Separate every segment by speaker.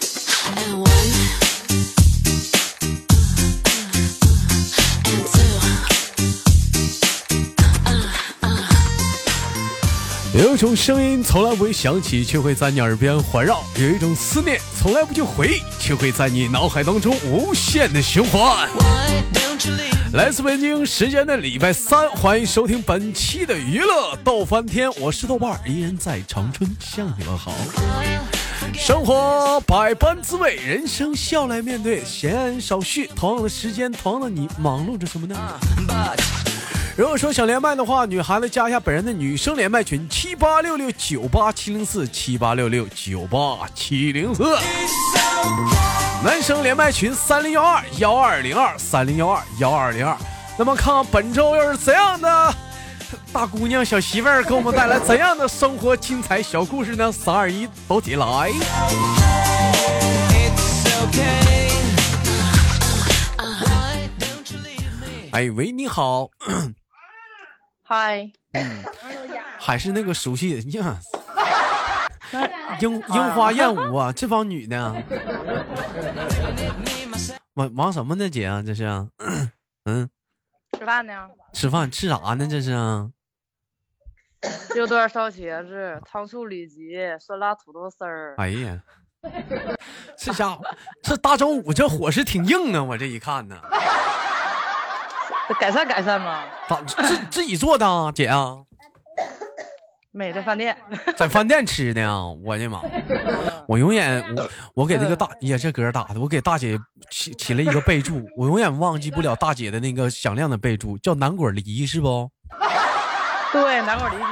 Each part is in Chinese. Speaker 1: and one, and two.
Speaker 2: 有一种声音从来不会响起，却会在你耳边环绕；有一种思念从来不去回忆，却会在你脑海当中无限的循环。
Speaker 1: Why don't you leave?
Speaker 2: 来自北京时间的礼拜三，欢迎收听本期的娱乐逗翻天，我是豆瓣儿，依然在长春向你们好。生活百般滋味，人生笑来面对，闲言少叙。同样的时间，同样的你，忙碌着什么呢？如果说想连麦的话，女孩子加一下本人的女生连麦群：七八六六九八七零四，七八六六九八七零四。男生连麦群三零幺二幺二零二三零幺二幺二零二。那么看看本周又是怎样的大姑娘、小媳妇儿给我们带来怎样的生活精彩小故事呢？三二一，走起来！
Speaker 1: Why don't you leave me?
Speaker 2: 哎喂，你好，
Speaker 3: 嗨，
Speaker 2: 还是那个熟悉的呀。樱樱花艳舞啊，这帮女的，忙忙什么呢？姐啊，这是，嗯，
Speaker 3: 吃饭呢？
Speaker 2: 吃饭吃啥呢？这是啊，
Speaker 3: 六段烧茄子、糖醋里脊、酸辣土豆丝儿。
Speaker 2: 哎呀，这家伙，这大中午这伙食挺硬啊！我这一看呢，
Speaker 3: 得改善改善嘛，
Speaker 2: 咋自自己做的啊，姐啊，
Speaker 3: 美在饭店。
Speaker 2: 在饭店吃的啊！我的妈！我永远我我给那个大也这歌打的，我给大姐起起了一个备注，我永远忘记不了大姐的那个响亮的备注，叫南果梨是不？
Speaker 3: 对，南瓜理解。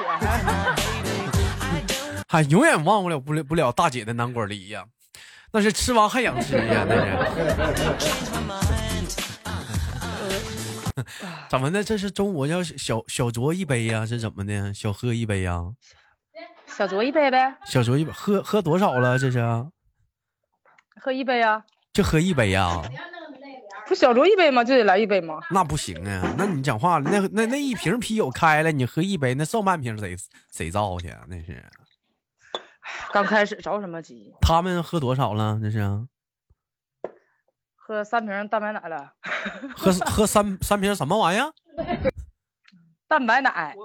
Speaker 2: 还永远忘不了不了不了大姐的南瓜梨呀、那是吃完还想吃呀，那是。 怎么的？这是中午要小小酌一杯呀、这怎么的？小喝一杯呀、
Speaker 3: 小酌一杯呗，
Speaker 2: 小酌一杯，喝喝多少了？这是
Speaker 3: 喝一杯啊？
Speaker 2: 就喝一杯呀、
Speaker 3: 不小酌一杯吗？就得来一杯吗？
Speaker 2: 那不行啊！那你讲话，那那那一瓶啤酒开了，你喝一杯，那上半瓶谁谁造去啊？那是
Speaker 3: 刚开始着什么急？
Speaker 2: 他们喝多少了？那是
Speaker 3: 喝三瓶蛋白奶了，
Speaker 2: 喝喝三三瓶什么玩意儿？
Speaker 3: 蛋白奶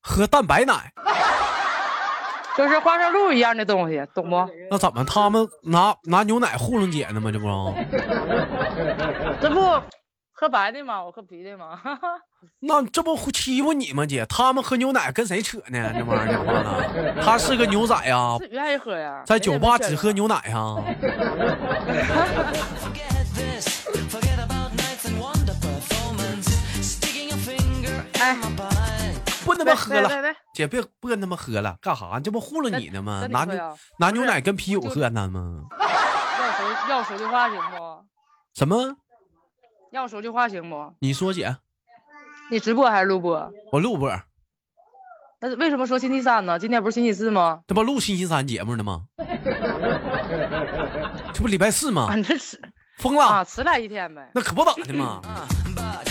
Speaker 2: 喝蛋白奶。
Speaker 3: 就是花生露一样的东西，懂不？
Speaker 2: 那怎么他们拿拿牛奶糊弄姐呢吗？这不
Speaker 3: 这不喝白的吗？我喝啤的吗？
Speaker 2: 那这不欺负你吗？姐，他们喝牛奶跟谁扯呢？这玩意儿讲话呢？他是个牛仔啊，
Speaker 3: 自己愿意喝呀。
Speaker 2: 在
Speaker 3: 人家
Speaker 2: 酒
Speaker 3: 没
Speaker 2: 吧
Speaker 3: 选
Speaker 2: 只
Speaker 3: 择
Speaker 2: 喝牛奶啊。
Speaker 1: Forget this. Forget about nights and wonder performance. Sticking your finger in my butt.
Speaker 2: 不他妈喝
Speaker 3: 来来
Speaker 2: 了
Speaker 3: 来，
Speaker 2: 姐别不跟他们喝了，干啥？这不糊弄你呢吗？
Speaker 3: 那
Speaker 2: 拿牛
Speaker 3: 你喝呀
Speaker 2: 拿牛奶跟啤酒喝呢吗？
Speaker 3: 要熟要熟的话行不？
Speaker 2: 什么？
Speaker 3: 要熟的话行不？
Speaker 2: 你说姐，
Speaker 3: 你直播还是录播？
Speaker 2: 我录播，
Speaker 3: 那为什么说星期三呢？今天不是星期四吗？
Speaker 2: 这不录星期三节目呢吗？这不礼拜四吗
Speaker 3: 啊，？你这迟
Speaker 2: 疯
Speaker 3: 啊，
Speaker 2: 了，
Speaker 3: 迟来一天呗。
Speaker 2: 那可不咋的嘛。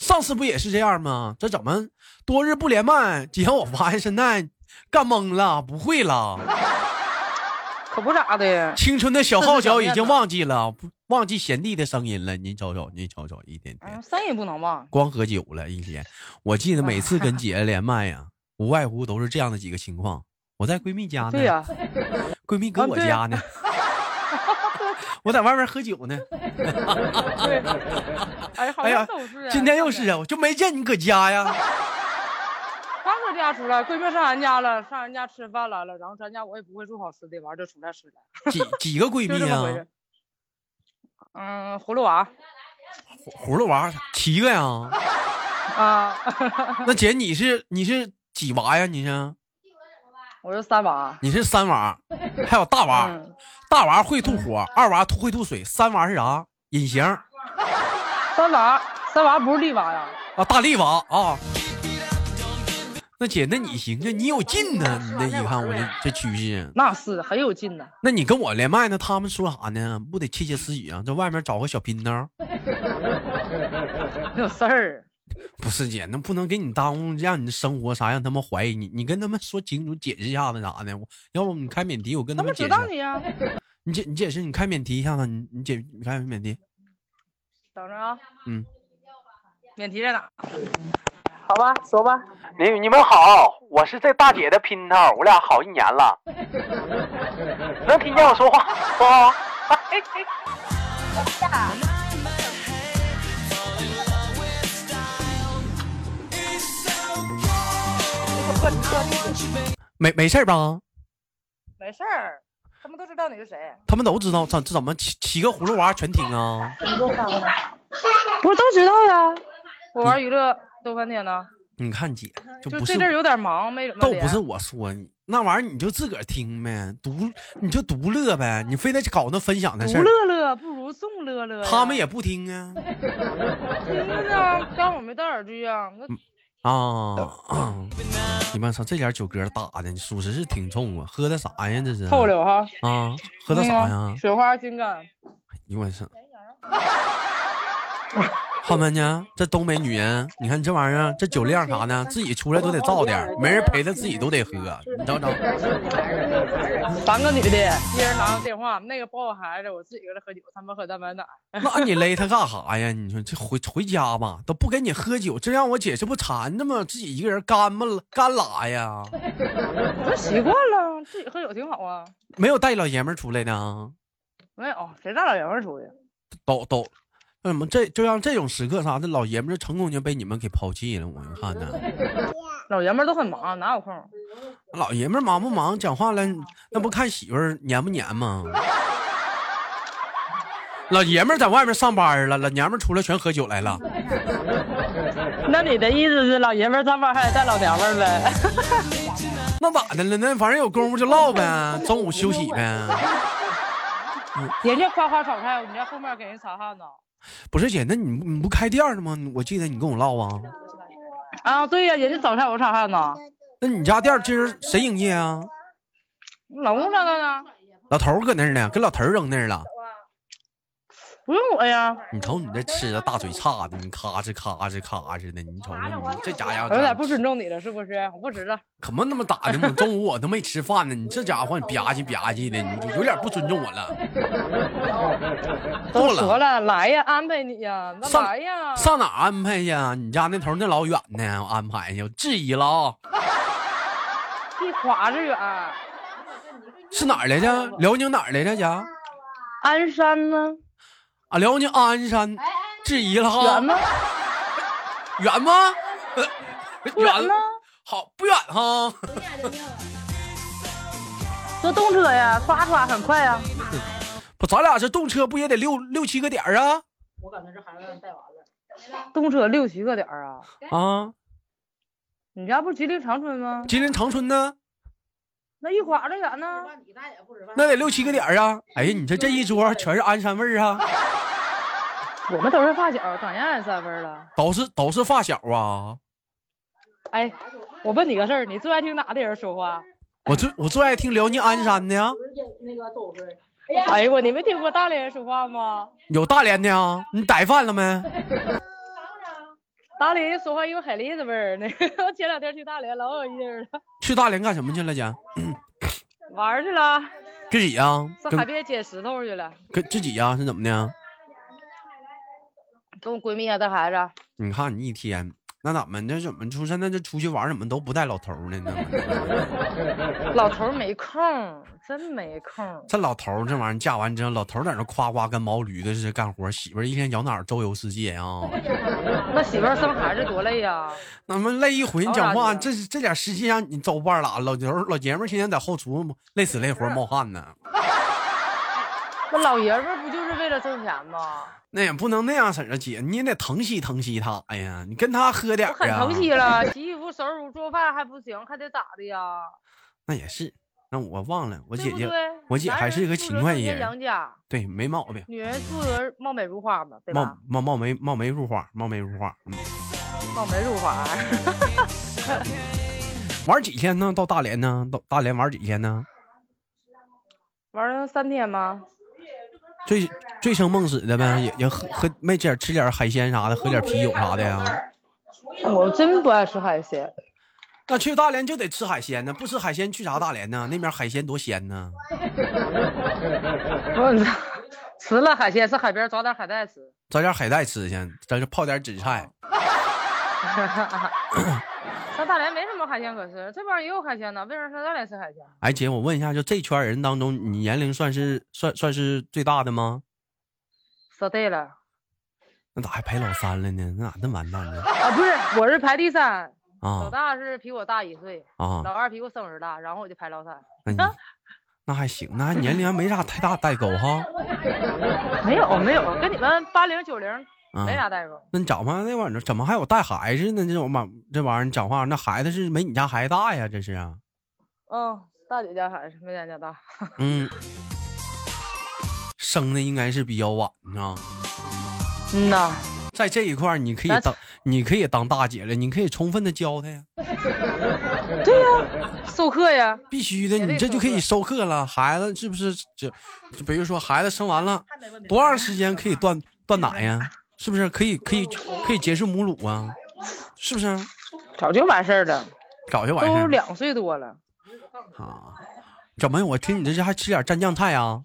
Speaker 2: 上次不也是这样吗？这怎么多日不连麦？今天我发现现在干懵了，不会了。
Speaker 3: 可不咋的，
Speaker 2: 青春的小号角已经忘记了，不忘记贤弟的声音了。您瞅瞅，您瞅瞅，一天天
Speaker 3: 嗯，三也不能忘。
Speaker 2: 光喝酒了，一天。我记得每次跟姐连麦呀、无外乎都是这样的几个情况。我在闺蜜家呢，
Speaker 3: 对呀、
Speaker 2: 闺蜜搁
Speaker 3: 啊
Speaker 2: 我
Speaker 3: 对
Speaker 2: 家
Speaker 3: 呀
Speaker 2: 呢，我在外面喝酒呢。
Speaker 3: 对。 哎，好
Speaker 2: 哎呀
Speaker 3: 像都是啊。
Speaker 2: 今天又是啊，我就没见你搁家呀。
Speaker 3: 刚搁家出来，闺蜜上俺家了，上俺家吃饭来了，然后咱家我也不会做好吃的，完了就出来吃了，
Speaker 2: 几几个闺
Speaker 3: 就
Speaker 2: 蜜
Speaker 3: 这么
Speaker 2: 啊
Speaker 3: 回？事。嗯，葫芦娃
Speaker 2: 葫芦娃七个呀、
Speaker 3: 啊，
Speaker 2: 那姐，你是你是几娃呀？你是
Speaker 3: 我是三娃。
Speaker 2: 你是三娃，还有大娃，
Speaker 3: 嗯，
Speaker 2: 大娃会吐火，二娃吐会吐水，三娃是啥？隐形啊，
Speaker 3: 三娃，三娃不是丽娃呀？
Speaker 2: 大力娃啊。那姐，那你行啊，你有劲呢、
Speaker 3: 嗯
Speaker 2: 你那一看我
Speaker 3: 啊
Speaker 2: 这这趋势，
Speaker 3: 那是很有劲呢。
Speaker 2: 那你跟我连麦呢，他们说啥呢？不得窃窃私语啊？在外面找个小姘头，
Speaker 3: 没有事儿，
Speaker 2: 不是姐，那不能给你耽误，让你的生活啥，让他们怀疑你。你跟他们说清楚，解释一下子啥的。我要不你开免提，我跟
Speaker 3: 他
Speaker 2: 们
Speaker 3: 们
Speaker 2: 解
Speaker 3: 知
Speaker 2: 释。
Speaker 3: 道你呀、
Speaker 2: 你解你解释，你开免提一下子，你你解你开免提。
Speaker 3: 等着啊，
Speaker 2: 嗯，
Speaker 3: 免提在哪？好吧，说吧。
Speaker 2: 你你们好，我是这大姐的姘头，我俩好一年了，能听见我说话吗？ 没没事儿吧？
Speaker 3: 没事儿，他们都知道你是谁，
Speaker 2: 他们都知道，怎这怎么七七个葫芦娃全听啊？
Speaker 3: 不是都知道呀？我玩娱乐都半天呢，
Speaker 2: 你看姐，就
Speaker 3: 就
Speaker 2: 不是
Speaker 3: 这阵儿有啊点忙，没怎么
Speaker 2: 倒
Speaker 3: 连
Speaker 2: 不是我说你，那玩意儿你就自个儿听呗，独你就独乐呗，你非得搞那分享的事
Speaker 3: 独
Speaker 2: 儿，
Speaker 3: 乐乐不如众乐乐呀。
Speaker 2: 他 们也不听啊
Speaker 3: 听着呢，但啊我没戴耳机啊。那
Speaker 2: 嗯啊！你们操，这点酒嗝打的，你属实是挺冲啊，喝的啥呀？这是
Speaker 3: 透溜哎哈，
Speaker 2: 啊，喝的啥
Speaker 3: 那
Speaker 2: 呀
Speaker 3: 个？雪花金柑，
Speaker 2: 哎呦我操！ 浩们呢？这东北女人，你看这玩意儿，这酒量啥呢？自己出来都得造点儿，没人陪着自己都得喝，你知道不？
Speaker 3: 三个女的，一人拿个电话，那个抱个孩子，我自己搁这喝酒，他们喝蛋白奶。
Speaker 2: 那你勒他干啥呀？你说这回回家吧，都不跟你喝酒，这让我姐这不馋着吗？自己一个人干巴了，干拉呀？
Speaker 3: 我都习惯了，自己喝酒挺好啊。
Speaker 2: 没有带老爷们儿出来的啊，
Speaker 3: 没有，谁让老爷们儿出去？
Speaker 2: 都都，那什么这就让这种时刻啥的，老爷们儿就成功就被你们给抛弃了。我就看呢，
Speaker 3: 老爷们儿都很忙，哪有空？
Speaker 2: 老爷们儿忙不忙？讲话了，那不看媳妇儿黏不黏吗？老爷们儿在外面上班了，老娘们儿出来全喝酒来了。
Speaker 3: 那你的意思是老爷们儿上班还得带老娘们儿呗？
Speaker 2: 那咋的了？那反正有功夫就唠呗，中午休息呗。
Speaker 3: 人家夸夸炒菜，你在后面给人擦汗呢。
Speaker 2: 不是姐，那你你不开店儿的吗？我记得你跟我唠啊。
Speaker 3: 啊，对呀、人家早上我擦汗呢。
Speaker 2: 那你家店儿今儿谁营业啊？
Speaker 3: 老公上干呢？
Speaker 2: 老头儿搁那儿呢，跟老头儿扔那儿了。
Speaker 3: 不用我呀，
Speaker 2: 你瞅你这吃的大嘴叉子，你咔哧咔哧咔哧的，你瞅瞅你这家
Speaker 3: 我有点
Speaker 2: 伙，
Speaker 3: 哎不尊重你了，是不是？我不值了。
Speaker 2: 可么那么咋的？我中午我都没吃饭呢，你这家伙你吧唧吧唧的，你就有点不尊重我了。
Speaker 3: 都
Speaker 2: 够
Speaker 3: 说
Speaker 2: 了，
Speaker 3: 了，来呀，安排你呀，那
Speaker 2: 上
Speaker 3: 来呀。
Speaker 2: 上哪儿安排去啊？你家那头儿那老远呢，我安排去，我质疑了啊、
Speaker 3: 地夸着远，
Speaker 2: 是哪儿来的？辽宁哪儿来的家？
Speaker 3: 鞍山呢？
Speaker 2: 啊，辽宁鞍山，质疑了哈。
Speaker 3: 远吗？
Speaker 2: 啊远吗？呃
Speaker 3: 不远吗？
Speaker 2: 好，不远哈。
Speaker 3: 坐动车呀，夸夸很快呀。
Speaker 2: 不，咱俩这动车不也得六六七个点儿啊？
Speaker 3: 动车六七个点儿啊？
Speaker 2: 啊，
Speaker 3: 你家不吉林长春吗？
Speaker 2: 吉林长春呢，
Speaker 3: 那一划着远呢。
Speaker 2: 那得六七个点儿啊。哎呀，你这这一桌全是鞍山味儿啊，
Speaker 3: 我们都是发小，当然三分了。
Speaker 2: 都是都是发小啊。
Speaker 3: 哎，我问你个事儿，你最爱听哪的人说话？
Speaker 2: 我最我最爱听辽宁鞍山的呀，
Speaker 3: 哎呦我，你没听过大连人说话吗？
Speaker 2: 有大连的啊。你逮饭了没？
Speaker 3: 大连人说话有海蛎子味儿呢。 我前两天去大连，老有意思了，
Speaker 2: 去大连干什么去了，姐？
Speaker 3: 玩儿去了，
Speaker 2: 自己呀、啊？
Speaker 3: 上海
Speaker 2: 跟
Speaker 3: 边捡石头去了，
Speaker 2: 跟自己呀、是怎么的？
Speaker 3: 跟我闺蜜啊带孩子。
Speaker 2: 你看你一天，那咱们这怎么出现在这出去玩儿怎么都不带老头儿呢？那
Speaker 3: 老头儿没空儿，真没空儿。
Speaker 2: 这老头儿这玩意儿嫁完之后，老头儿在那夸夸跟毛驴子似的干活，媳妇儿一天摇哪儿周游世界 啊？
Speaker 3: 那媳妇儿生孩子多累呀、
Speaker 2: 那么累一回，你讲
Speaker 3: 好
Speaker 2: 话
Speaker 3: 咋的
Speaker 2: 这这点时间让你走半拉，老头儿老爷们儿天天在后厨累死累活冒汗呢，
Speaker 3: 那老爷们儿不就是为了挣钱吗？
Speaker 2: 那也不能那样式儿啊，姐，你也得疼惜疼惜他。哎呀，你跟他喝点
Speaker 3: 我
Speaker 2: 儿
Speaker 3: 很
Speaker 2: 啊
Speaker 3: 疼，惜了，洗衣服、收拾屋、做饭还不行，还得咋的呀？
Speaker 2: 那也是。那我忘了，我姐
Speaker 3: 对不
Speaker 2: 姐，
Speaker 3: 对？
Speaker 2: 我姐
Speaker 3: 男
Speaker 2: 还是一个勤快
Speaker 3: 人富得
Speaker 2: 人
Speaker 3: 人养家，
Speaker 2: 对，没毛病，
Speaker 3: 女人富得貌美如花嘛，对
Speaker 2: 貌
Speaker 3: 吧？
Speaker 2: 貌貌眉貌眉如花，貌眉如花。嗯，
Speaker 3: 貌美如花，
Speaker 2: 玩几天呢？到大连呢？到大连玩几天呢？
Speaker 3: 玩了三天吗？
Speaker 2: 醉醉生梦死的呗，也也喝喝没点吃点海鲜啥的，喝点啤酒啥的呀。
Speaker 3: 我真不爱吃海鲜，
Speaker 2: 那去大连就得吃海鲜呢，不吃海鲜去啥大连呢？那边海鲜多鲜呢。
Speaker 3: 我吃了海鲜，上海边找点海带吃。
Speaker 2: 找点海带吃去，咱就泡点紫菜。
Speaker 3: 上大连没什么海鲜可吃，这边也有海鲜呢，为啥上大连吃海鲜？啊
Speaker 2: 哎，姐，我问一下，就这圈人当中，你年龄算是算算是最大的吗？
Speaker 3: 说对了
Speaker 2: 那咋还排老三了呢？那咋那完蛋呢？
Speaker 3: 啊，不是，我是排第三，老
Speaker 2: 啊
Speaker 3: 大是比我大一岁，
Speaker 2: 啊
Speaker 3: 老，二比我生日大，然后我就排老三。
Speaker 2: 那你那还行，那年龄还没啥太大代沟哈。
Speaker 3: 没有没有，跟你们八零九零
Speaker 2: 啊
Speaker 3: 没，啥代沟。
Speaker 2: 那你怎么那玩意儿？怎么还有带孩子呢？这种嘛，这玩意儿你讲话，那孩子是没你家孩子大呀？这是啊，
Speaker 3: 嗯，大姐家还是没咱家大。
Speaker 2: 嗯，生的应该是比较晚啊。
Speaker 3: 嗯呐，
Speaker 2: 在这一块儿，你可以
Speaker 3: 咱
Speaker 2: 当，你可以当大姐了，你可以充分的教她呀，
Speaker 3: 对呀、授课呀，
Speaker 2: 必须的，
Speaker 3: 绝对
Speaker 2: 你这就可以授课了。孩子是不是就就比如说孩子生完了，多长时间可以断断奶呀？是不是可以可以可以结束母乳啊？是不是？
Speaker 3: 早就完事儿了，
Speaker 2: 早就完事
Speaker 3: 都
Speaker 2: 儿了
Speaker 3: 两岁多了。
Speaker 2: 啊？怎么？我听你这是还吃点蘸酱菜啊？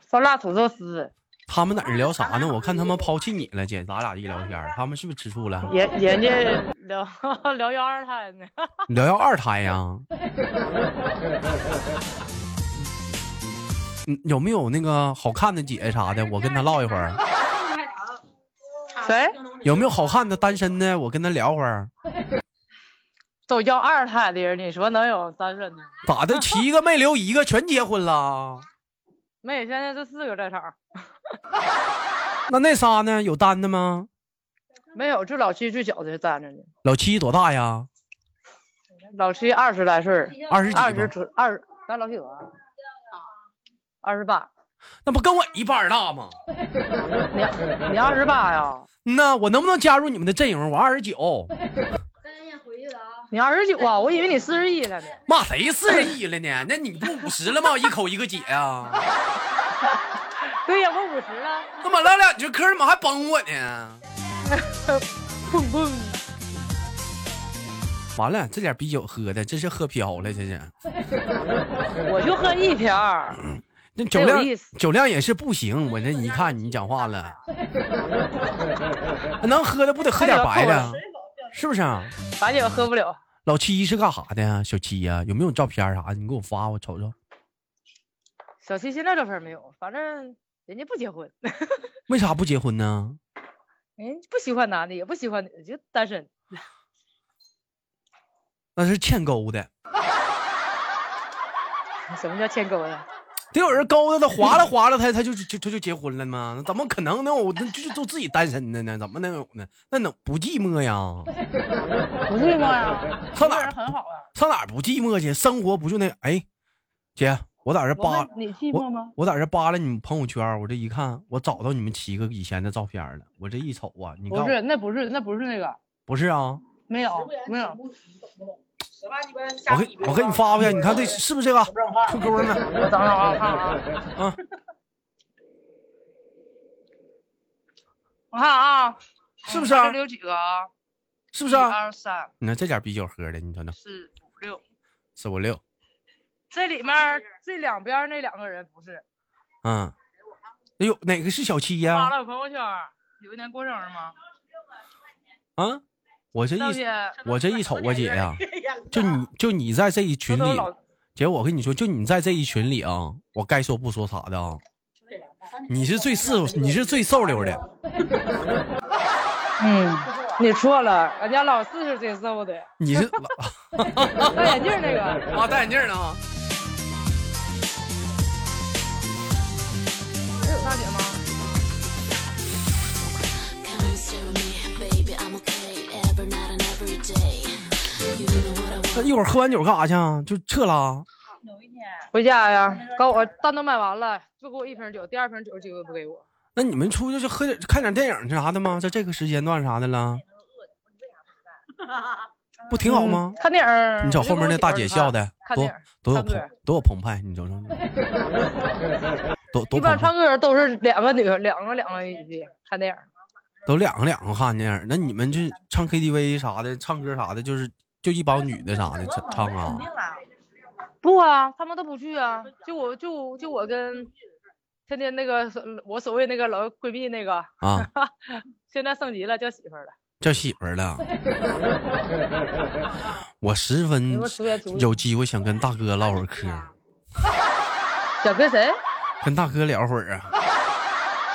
Speaker 3: 酸辣土豆丝
Speaker 2: 他们哪儿聊啥呢？我看他们抛弃你了，姐，咱俩一聊天儿，他们是不是吃醋了？
Speaker 3: 人人家聊聊要二胎 呢，
Speaker 2: 你聊要二胎呀？ 嗯有没有那个好看的姐啥的？我跟她唠一会儿。
Speaker 3: 谁
Speaker 2: 有没有好看的单身的？我跟她聊会儿。
Speaker 3: 都要二胎的人，你说能有单身的？
Speaker 2: 咋的？七个没留一个全结婚了？
Speaker 3: 没，现在就四个在场，
Speaker 2: 那那仨呢？有单的吗？
Speaker 3: 没有，就老七最小的站着呢。
Speaker 2: 老七多大呀？
Speaker 3: 老七二十来岁儿，
Speaker 2: 二十几
Speaker 3: 二
Speaker 2: 吧？
Speaker 3: 十出二，咱老七多少？二十八，
Speaker 2: 那不跟我一半儿大吗？
Speaker 3: 你你二十八呀？
Speaker 2: 那我能不能加入你们的阵营？我二十九，
Speaker 3: 你二十九啊？我以为你四十一了呢。
Speaker 2: 骂谁四十一了呢？那你不五十了吗？一口一个姐啊！
Speaker 3: 对呀，我五十了，
Speaker 2: 怎么唠两句嗑儿怎么还崩我呢？
Speaker 3: 蹦蹦。
Speaker 2: 完了，这点啤酒喝的真是喝飘了，这是。
Speaker 3: 我就喝一瓶儿，
Speaker 2: 那酒
Speaker 3: 没有
Speaker 2: 量
Speaker 3: 意思嗯
Speaker 2: 酒量也是不行，我这一看你讲话 了，能喝的不得喝点白的，是不是啊？
Speaker 3: 白酒喝不了。
Speaker 2: 老七是干啥的呀？小七呀、有没有照片儿啥的？你给我发，我瞅瞅。
Speaker 3: 小七现在照片没有，反正人家不结婚，
Speaker 2: 为啥不结婚呢？
Speaker 3: 人家不喜欢男的，也不喜欢女的，就单身。
Speaker 2: 那是欠勾的，
Speaker 3: 什么叫欠勾的？
Speaker 2: 得有人勾搭他，划拉划拉他，他就就他就结婚了吗？那怎么可能呢？我那就就自己单身的呢？怎么能有呢？那能不寂寞 呀？
Speaker 3: 不是吗？ 呀，
Speaker 2: 上哪儿
Speaker 3: 很好啊。
Speaker 2: 上哪儿不寂寞去？生活不就那？哎，姐，我在这扒，
Speaker 3: 你寂
Speaker 2: 我？我在这扒拉你们朋友圈儿，我这一看，我找到你们七个以前的照片儿了。我这一瞅啊，你看我，
Speaker 3: 那不是，那不是那个，
Speaker 2: 不是啊？
Speaker 3: 没有，没有。
Speaker 2: 我给我给你发过去，你看这是不是这个 QQ 勾呢？
Speaker 3: 我等等啊，我看看啊，
Speaker 2: 啊，
Speaker 3: 我看啊，
Speaker 2: 是不是啊
Speaker 3: 这里有几个啊？
Speaker 2: 是不
Speaker 3: 不
Speaker 2: 是啊？
Speaker 3: 二三
Speaker 2: 你看这点儿啤酒喝的，你瞅瞅，
Speaker 3: 四五六，
Speaker 2: 四五六，
Speaker 3: 这里面儿这两边儿那两个人不是？
Speaker 2: 嗯，哎呦，哪个是小七呀、
Speaker 3: 发
Speaker 2: 啊？
Speaker 3: 了朋友圈儿，有一年过生日吗？
Speaker 2: 我这
Speaker 3: 大
Speaker 2: 一
Speaker 3: 姐，
Speaker 2: 我这一瞅啊，姐呀、就你就你在这一群
Speaker 3: 这都
Speaker 2: 里，
Speaker 3: 老
Speaker 2: 姐，我跟你说，就你在这一群里啊，我该说不说啥的啊，你是最瘦，你是最瘦溜的。
Speaker 3: 嗯，你错了，俺家老四是最瘦的，
Speaker 2: 你是
Speaker 3: 戴眼镜那个。
Speaker 2: 啊，戴眼镜呢啊？
Speaker 3: 这有大姐吗？
Speaker 4: Come to me, baby, I'm okay every night and every day. You know what I want.
Speaker 2: 一会儿喝完酒干啥去啊？就撤了啊？
Speaker 3: 回家呀，告我蛋都买完了，就给我一瓶酒，第二瓶酒几乎不给我。
Speaker 2: 那你们出去就喝点看点电影啥的吗？在这个时间段啥的 了，不挺好吗？
Speaker 3: 嗯看电影儿。
Speaker 2: 你瞅后面那大姐笑的
Speaker 3: 嗯看
Speaker 2: 多
Speaker 3: 电影儿
Speaker 2: 多有
Speaker 3: 唱歌
Speaker 2: 澎多有澎湃，你瞅瞅，多多
Speaker 3: 一般
Speaker 2: 澎湃
Speaker 3: 唱歌都是两个女，两个两个一起看电影儿。
Speaker 2: 都两个两个看见。那你们这唱 KTV 啥的，唱歌啥的，就是就一帮女的啥的唱唱啊？
Speaker 3: 不啊，他们都不去啊，就我就就我跟天天那个所我所谓那个老闺蜜那个，
Speaker 2: 啊，
Speaker 3: 现在升级了叫媳妇儿了。
Speaker 2: 叫媳妇儿了。我十分
Speaker 3: 哎我出来主意
Speaker 2: 有机会想跟大哥唠会儿嗑，
Speaker 3: 想跟谁？
Speaker 2: 跟大哥聊会儿啊。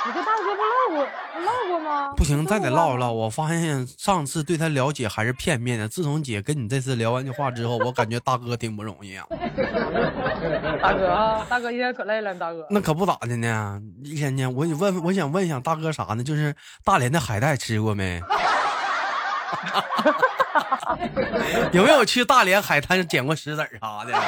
Speaker 3: 你跟大哥不唠过不唠过哦吗？
Speaker 2: 不行，再得唠一唠。我发现上次对他了解还是片面的，自从姐跟你这次聊完这话之后，我感觉大哥挺不容易啊。
Speaker 3: 大哥啊，大哥一天可累了，大哥。
Speaker 2: 那可不咋的呢，一天天我问，我想问一下大哥啥呢？就是大连的海带吃过没？ 有没有去大连海滩捡过石子儿啥的？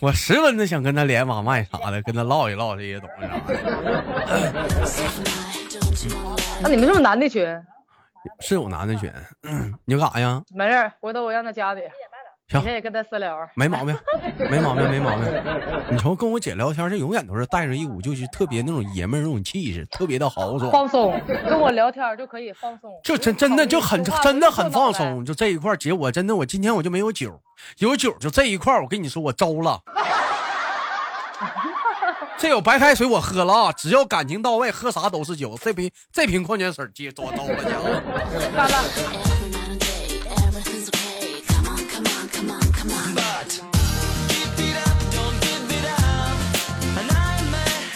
Speaker 2: 我十分的想跟他连把麦啥的，跟他唠一唠这些东西啥的，
Speaker 3: 那你们是不是男的群？
Speaker 2: 是有男的群。嗯你干啥呀？
Speaker 3: 没事儿，回头我让他加你，
Speaker 2: 行
Speaker 3: 你，也跟他私聊。
Speaker 2: 没毛病，没毛病，没毛病。你瞅跟我姐聊天，这永远都是带着一股就是特别那种爷们儿那种气势，特别的豪爽。
Speaker 3: 放松，跟我聊天就可以放松。
Speaker 2: 就真真的就很
Speaker 3: 说话
Speaker 2: 真的很
Speaker 3: 不
Speaker 2: 放
Speaker 3: 用动脑袋
Speaker 2: 松，就这一块儿，姐，我真的我今天我就没有酒，有酒就这一块儿，我跟你说我招了。这有白开水我喝了啊，只要感情到位，喝啥都是酒。这瓶这瓶矿泉水接多刀了，姐啊。
Speaker 3: 干了。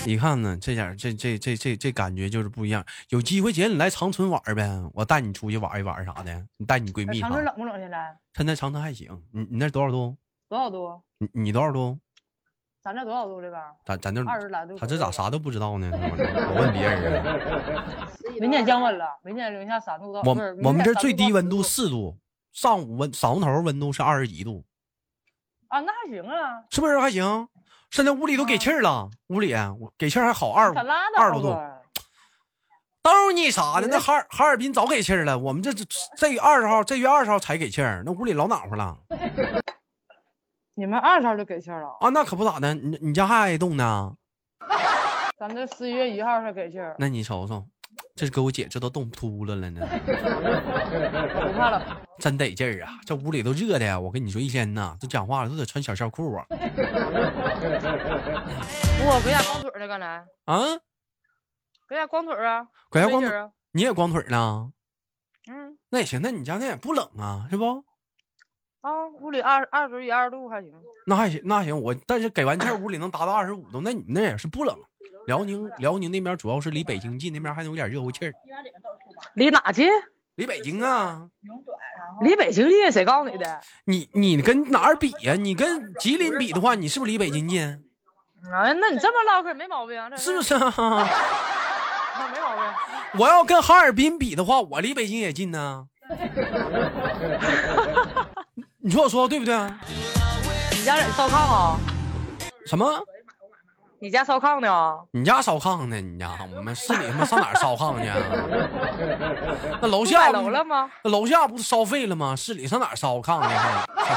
Speaker 2: 你看呢，这点儿这这这这这感觉就是不一样。有机会姐你来长春玩儿呗，我带你出去玩一玩啥的，你带你闺蜜啥
Speaker 3: 长
Speaker 2: 的
Speaker 3: 春。冷不冷？现在
Speaker 2: 现在长春还行，你你那多少度？
Speaker 3: 多少度？
Speaker 2: 你你多少度？
Speaker 3: 咱这多少度这边？
Speaker 2: 咱咱这
Speaker 3: 二十来度左右。
Speaker 2: 他这嗯咋啥都不知道 呢？我问别人啊，
Speaker 3: 明天降温了，明天零下三度到。
Speaker 2: 我
Speaker 3: 不是
Speaker 2: 我们这
Speaker 3: 明天
Speaker 2: 最
Speaker 3: 三
Speaker 2: 低温
Speaker 3: 到
Speaker 2: 度
Speaker 3: 十
Speaker 2: 四度，上午温晌午头温度是二十一度，
Speaker 3: 啊，那还行啊。
Speaker 2: 是不是还行？现在屋里都给气儿了，屋里啊我给气儿还好二
Speaker 3: 可拉倒
Speaker 2: 二十
Speaker 3: 吧
Speaker 2: 多度，逗你啥呢？那哈尔哈尔滨早给气儿了，我们这这这二十号这月二十号才给气儿，那屋里老暖和了
Speaker 3: 你们二十号就给气儿了，
Speaker 2: 啊，那可不咋的，你你家还挨冻呢？
Speaker 3: 咱们这十一月一号才给气儿，
Speaker 2: 那你瞅瞅，这给我姐这都冻秃噜了呢。
Speaker 3: 我不怕冷。
Speaker 2: 真得劲儿啊！这屋里都热的呀，我跟你说，一天呐，都讲话了，都得穿小校裤啊！
Speaker 3: 我搁家光腿儿呢，刚才
Speaker 2: 啊，
Speaker 3: 搁家光腿儿啊，
Speaker 2: 搁家
Speaker 3: 没
Speaker 2: 光
Speaker 3: 劲
Speaker 2: 腿
Speaker 3: 儿
Speaker 2: 儿，
Speaker 3: 啊。
Speaker 2: 你也光腿儿呢？
Speaker 3: 嗯
Speaker 2: 那也行，那你家那也不冷啊，是不？
Speaker 3: 啊，屋里二二十一二十度还行。
Speaker 2: 那还行，那还行，我但是给完气儿，屋里能达到二十五度，那你那也是不冷。辽宁辽宁那边主要是离北京近，那边还能有点热乎气儿。
Speaker 3: 离哪近？
Speaker 2: 离北京啊，
Speaker 3: 离北京近？谁告诉你的？
Speaker 2: 你你跟哪儿比呀、你跟吉林比的话，你是不是离北京近？
Speaker 3: 啊，那你这么唠嗑没毛病啊，这
Speaker 2: 是不？是、 啊？
Speaker 3: 啊没毛病。
Speaker 2: 我要跟哈尔滨比的话，我离北京也近 呢、你说我说的对不对啊？
Speaker 3: 你家人烧炕啊？
Speaker 2: 什么？
Speaker 3: 你家烧炕呢啊？
Speaker 2: 你家烧炕呢？你家我们市里他妈上哪儿烧炕 去、啊？那楼
Speaker 3: 不
Speaker 2: 下
Speaker 3: 买
Speaker 2: 不
Speaker 3: 楼了吗？
Speaker 2: 那楼下不是烧废了吗？市里上哪儿烧炕呢？还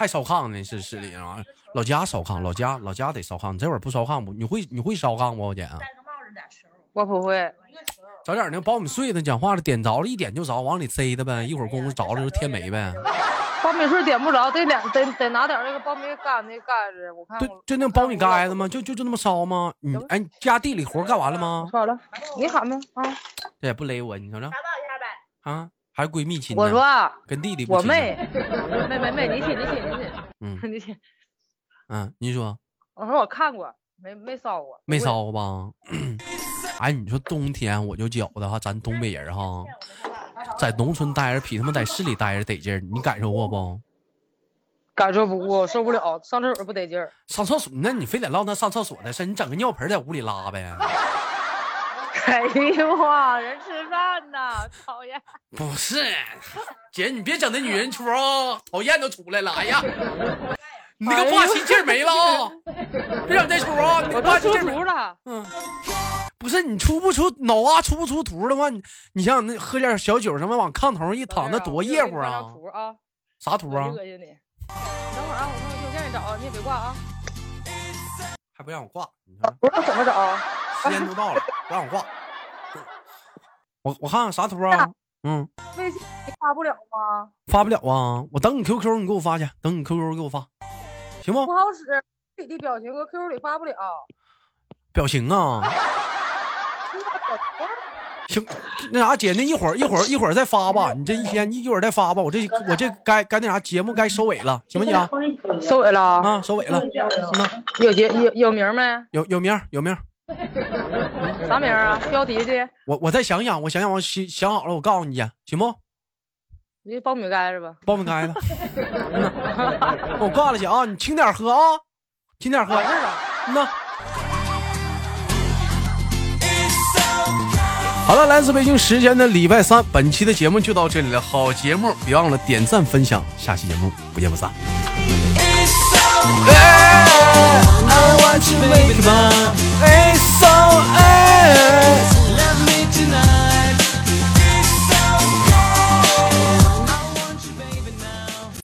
Speaker 2: 还烧炕呢？是市里啊？老家烧炕，老家老家得烧炕。你这会儿不烧炕不？你会你会烧炕不，姐？
Speaker 3: 我不会。
Speaker 2: 找点儿那苞米穗子，讲话了，点着了，一点就着，往里塞的呗。一会儿功夫着了就添煤呗。
Speaker 3: 苞米穗点不着，得两得得拿点那个苞米杆那杆子，啊我看
Speaker 2: 对
Speaker 3: 我，
Speaker 2: 就那苞米杆子吗？就就就那么烧吗？你哎，你家地里活儿干完了吗？
Speaker 3: 好了，你喊呗啊！
Speaker 2: 这也不勒我，你瞅瞅。啊，还是闺蜜亲呢。
Speaker 3: 我说啊
Speaker 2: 跟弟弟不
Speaker 3: 我
Speaker 2: 亲呢
Speaker 3: 妹，妹妹妹，你起你起你
Speaker 2: 嗯
Speaker 3: 起你起，
Speaker 2: 嗯，你说
Speaker 3: 我说我看过，没没烧过，
Speaker 2: 没烧吧？ 哎，你说冬天我就觉得哈，咱东北人哈，在农村待着比他妈在市里待着得劲儿，你感受过不？
Speaker 3: 感受不过，受不了，上厕所不得劲儿，
Speaker 2: 上厕所，那你非得让他上厕所的事儿，你整个尿盆儿在屋里拉呗？
Speaker 3: 哎呦哇，人吃饭呢，讨厌，
Speaker 2: 不是，姐，你别整那女人戳啊、讨厌都出来了。哎呀，你那个霸气劲儿没了啊、别整这出啊、你那
Speaker 3: 哎我
Speaker 2: 个
Speaker 3: 都
Speaker 2: 霸气
Speaker 3: 出
Speaker 2: 劲儿没了
Speaker 3: 图了，
Speaker 2: 不是你出不出脑瓜出不出图的话，你你像那喝点小酒什么，往炕头一躺，那多
Speaker 3: 我这
Speaker 2: 夜
Speaker 3: 儿
Speaker 2: 乎
Speaker 3: 我给你发
Speaker 2: 啊
Speaker 3: 张！图啊，
Speaker 2: 啥图啊
Speaker 3: 我就？恶心你。等会儿啊，我上我就给你找啊，你也别挂啊。
Speaker 2: 还不让我挂，你看
Speaker 3: 我说怎么找？啊
Speaker 2: 时间都到了，不让我挂。我我看看啥图啊？嗯，
Speaker 3: 微信发不了吗？
Speaker 2: 发不了啊，我等你 QQ，你给我发去，等你 QQ 给我发，行不
Speaker 3: 不？好使，自己的表情搁 QQ 里发不了。
Speaker 2: 表情啊，行，那啥姐，那一会儿一会儿一会儿再发吧，你这一天一会儿再发吧，我这我这该该那啥节目该收尾了，行不行啊？
Speaker 3: 收尾了啊，
Speaker 2: 啊，收尾了，嗯，
Speaker 3: 有结有有名没？
Speaker 2: 有有名儿有名儿，
Speaker 3: 啥名啊？标题去，
Speaker 2: 我我再想想，我想想，我想想好了，我告诉你去，行不？
Speaker 3: 你就苞米盖子吧。
Speaker 2: 报名开了，嗯呐我挂了去啊，你轻点儿喝啊，轻点儿喝，嗯呐。
Speaker 5: 好了，来自北京时间的礼拜三，本期的节目就到这里了。好节目，别忘了点赞分享，下期节目不见不散。
Speaker 1: I want you, baby, my. It's so.